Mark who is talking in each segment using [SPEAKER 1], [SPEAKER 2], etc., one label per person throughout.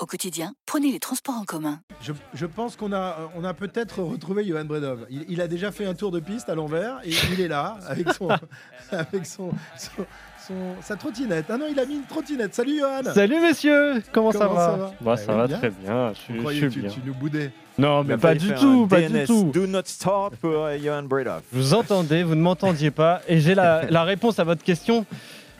[SPEAKER 1] Au quotidien, prenez les transports en commun.
[SPEAKER 2] Je, je pense qu'on a, on a peut-être retrouvé Johan Bredov. Il, il a déjà fait un tour de piste à l'envers et il est là avec son, avec son, son- son- sa trottinette. Ah non, il a mis une trottinette. Salut Johan.
[SPEAKER 3] Salut messieurs, comment, ça
[SPEAKER 2] Comment
[SPEAKER 3] va,
[SPEAKER 2] ça va
[SPEAKER 3] Bah, ça
[SPEAKER 2] Eh oui,
[SPEAKER 3] va
[SPEAKER 2] bien.
[SPEAKER 3] très bien, je suis,
[SPEAKER 2] Je
[SPEAKER 3] je
[SPEAKER 2] croyais
[SPEAKER 3] suis
[SPEAKER 2] que tu,
[SPEAKER 3] bien.
[SPEAKER 2] tu nous boudais.
[SPEAKER 3] Non,
[SPEAKER 4] Il
[SPEAKER 3] mais
[SPEAKER 4] a
[SPEAKER 3] pas
[SPEAKER 4] failli
[SPEAKER 3] du
[SPEAKER 4] faire
[SPEAKER 3] tout,
[SPEAKER 4] un
[SPEAKER 3] pas
[SPEAKER 4] DNS,
[SPEAKER 3] du tout.
[SPEAKER 4] Do not start pour euh, Johan Bredoff.
[SPEAKER 3] Vous entendez, vous ne m'entendiez pas, et j'ai la, la réponse à votre question.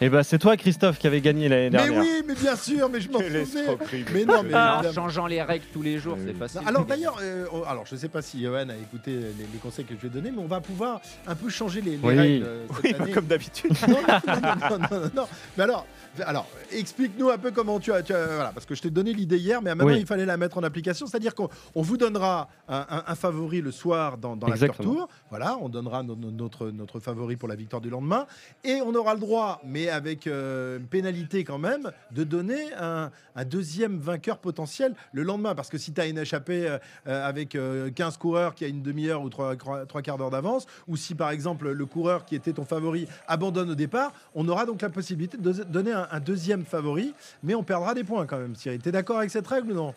[SPEAKER 3] Eh ben, c'est toi, Christophe, qui avait gagné l'année
[SPEAKER 2] Mais
[SPEAKER 3] dernière. Ah,
[SPEAKER 2] oui, mais bien sûr, mais je m'en
[SPEAKER 4] Quel
[SPEAKER 2] souvenais.
[SPEAKER 4] escroquerie,
[SPEAKER 2] Mais non, mais
[SPEAKER 5] En
[SPEAKER 2] évidemment.
[SPEAKER 5] changeant les règles tous les jours,
[SPEAKER 4] Oui,
[SPEAKER 5] c'est
[SPEAKER 4] oui.
[SPEAKER 2] Non,
[SPEAKER 5] facile.
[SPEAKER 2] alors d'ailleurs, euh, on- alors je ne sais pas si Johan a écouté les, les conseils que je lui ai donnés, mais on va pouvoir un peu changer les, les
[SPEAKER 3] Oui.
[SPEAKER 2] règles euh, cette
[SPEAKER 4] Oui, bah,
[SPEAKER 2] année.
[SPEAKER 4] comme d'habitude.
[SPEAKER 2] non, non, non, non, non, non, non. Mais alors, alors explique-nous un peu comment tu as. tu as- voilà, parce que je t'ai donné l'idée hier, mais maintenant
[SPEAKER 3] Oui.
[SPEAKER 2] il fallait la mettre en application. C'est-à-dire qu'on on vous donnera un, un- un favori le soir dans, dans l'after
[SPEAKER 3] Exactement.
[SPEAKER 2] tour. Voilà, on donnera no- no- notre, notre favori pour la victoire du lendemain. Et on aura le droit, mais avec euh, une pénalité quand même, de donner un, un deuxième vainqueur potentiel le lendemain. Parce que si tu as une échappée euh, euh, avec euh, 15 coureurs qui a une demi-heure ou trois, trois- trois quarts d'heure d'avance, ou si par exemple le coureur qui était ton favori abandonne au départ, on aura donc la possibilité de dose- donner un, un deuxième favori, mais on perdra des points quand même, Thierry. T'es d'accord avec cette règle ou non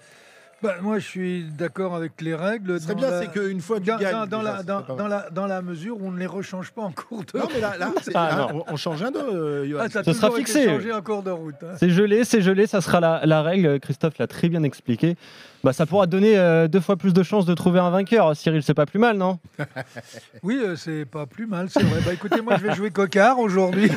[SPEAKER 6] Bah, moi, je suis d'accord avec les règles.
[SPEAKER 2] Ce serait
[SPEAKER 6] dans
[SPEAKER 2] bien,
[SPEAKER 6] la-
[SPEAKER 2] c'est qu'une fois que tu
[SPEAKER 6] dans,
[SPEAKER 2] gagnes,
[SPEAKER 6] dans- dans
[SPEAKER 2] déjà,
[SPEAKER 6] la,
[SPEAKER 2] ce
[SPEAKER 6] dans,
[SPEAKER 2] serait Ah, pas
[SPEAKER 6] dans
[SPEAKER 2] mal.
[SPEAKER 6] la, dans la mesure où on ne les rechange pas en cours de
[SPEAKER 2] Non,
[SPEAKER 6] route.
[SPEAKER 2] mais là, là, c'est-
[SPEAKER 3] Ah,
[SPEAKER 2] là, on, on change un d'eux, euh, Johan.
[SPEAKER 6] Ah, ça a
[SPEAKER 3] Ce sera
[SPEAKER 6] toujours été
[SPEAKER 3] fixé.
[SPEAKER 6] changé en cours de route. hein.
[SPEAKER 3] C'est gelé, c'est gelé, ça sera la, la règle. Christophe l'a très bien expliqué. Bah, ça pourra donner euh, deux fois plus de chances de trouver un vainqueur. Cyril, c'est pas plus mal, non
[SPEAKER 6] Oui, euh, c'est pas plus mal, c'est vrai. Bah, écoutez, moi, je vais jouer cocard aujourd'hui.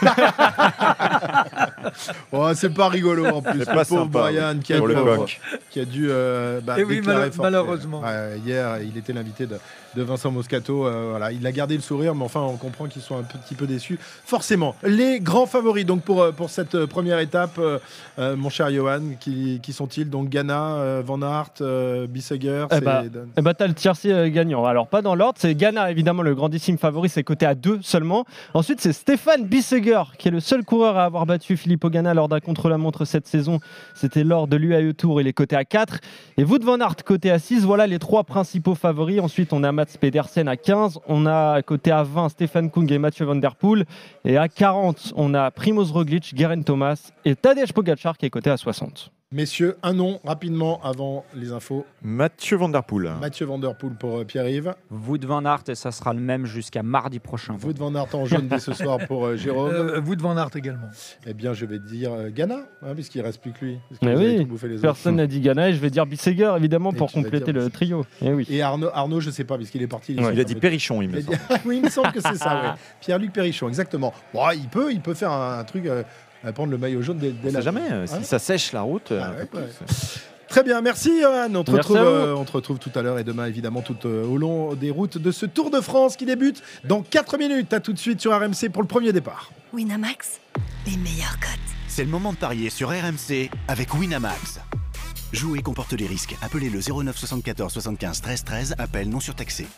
[SPEAKER 2] Oh, c'est pas rigolo en plus.
[SPEAKER 4] C'est
[SPEAKER 2] le
[SPEAKER 4] pas
[SPEAKER 2] pauvre
[SPEAKER 4] sympa, hein.
[SPEAKER 2] Brian qui, a
[SPEAKER 4] pour
[SPEAKER 2] dû,
[SPEAKER 4] le
[SPEAKER 2] euh,
[SPEAKER 4] coq.
[SPEAKER 2] qui a dû euh, bah,
[SPEAKER 6] Eh oui,
[SPEAKER 2] déclarer
[SPEAKER 6] malo-
[SPEAKER 2] forfait.
[SPEAKER 6] malheureusement.
[SPEAKER 2] Ouais, hier, il était l'invité de, de Vincent Moscato. euh, voilà, il a gardé le sourire, mais enfin, on comprend qu'ils sont un petit peu déçus. Forcément, les grands favoris donc pour, euh, pour cette euh, première étape, euh, euh, mon cher Johan, qui, qui sont-ils Donc Ghana, euh, Van Aert, euh, Bissegger,
[SPEAKER 3] Eh
[SPEAKER 2] c'est-
[SPEAKER 3] bah, Eh ben, t'as le tiercé euh, gagnant. Alors, pas dans l'ordre, c'est Ghana, évidemment, le grandissime favori, c'est coté à 2 seulement. Ensuite, c'est Stéphane Bissegger, qui est le seul coureur à avoir battu Filippo Ghana lors d'un contre-la-montre cette saison. C'était lors de l'UAE Tour, il est coté à 4. Et Wout Van Aert, coté à 6. Voilà les trois principaux favoris. Ensuite, on a Mats Pedersen à 15. On a coté à 20 Stéphane Kung et Mathieu Van Der Poel. Et à 40, on a Primoz Roglic, Garen Thomas et Tadej Pogacar, qui est coté à 60.
[SPEAKER 2] Messieurs, un nom rapidement avant les infos.
[SPEAKER 4] Mathieu Van Der Poel.
[SPEAKER 2] Ah. Mathieu Vanderpool pour euh, Pierre-Yves.
[SPEAKER 5] Wood Van Aert, et ça sera le même jusqu'à mardi prochain.
[SPEAKER 2] Wout Van Aert en jaune dès ce soir pour euh, Jérôme.
[SPEAKER 6] Euh, vous de Van Aert également.
[SPEAKER 2] Eh bien, je vais dire euh, Ghana, hein, puisqu'il reste plus que lui. Parce que
[SPEAKER 3] Mais
[SPEAKER 2] vous avez
[SPEAKER 3] oui,
[SPEAKER 2] tout bouffé les autres.
[SPEAKER 3] Personne n'a dit Ghana et je vais dire Bissegger évidemment
[SPEAKER 2] Et
[SPEAKER 3] pour
[SPEAKER 2] tu vas dire
[SPEAKER 3] compléter le
[SPEAKER 2] Bissegger.
[SPEAKER 3] trio. Eh oui.
[SPEAKER 2] Et Arnaud, Arnaud, je sais pas, puisqu'il est parti.
[SPEAKER 3] Ouais.
[SPEAKER 2] est
[SPEAKER 4] Il a
[SPEAKER 2] sur-
[SPEAKER 4] dit Perrichon, il
[SPEAKER 2] Il
[SPEAKER 4] me
[SPEAKER 2] a dit-
[SPEAKER 4] semble.
[SPEAKER 2] oui, il me semble que c'est ça, ouais. Pierre-Luc Perrichon, exactement. Bon, il peut, il peut faire un, un truc, euh, euh, prendre le maillot jaune dès, dès
[SPEAKER 4] On sait
[SPEAKER 2] là.
[SPEAKER 4] jamais, euh,
[SPEAKER 2] Hein
[SPEAKER 4] si ça sèche la route. euh,
[SPEAKER 2] Ah
[SPEAKER 4] un peu
[SPEAKER 2] ouais,
[SPEAKER 4] plus.
[SPEAKER 2] ouais. Très bien, merci Johan. On te,
[SPEAKER 3] Merci
[SPEAKER 2] retrouve,
[SPEAKER 3] à vous.
[SPEAKER 2] euh, on te retrouve tout à l'heure et demain, évidemment, tout euh, au long des routes de ce Tour de France qui débute dans 4 minutes. À tout de suite sur RMC pour le premier départ.
[SPEAKER 1] Winamax, les meilleurs cotes.
[SPEAKER 7] C'est le moment de parier sur RMC avec Winamax. Jouer comporte les risques. Appelez le 09 74 75 13 13. Appel non surtaxé.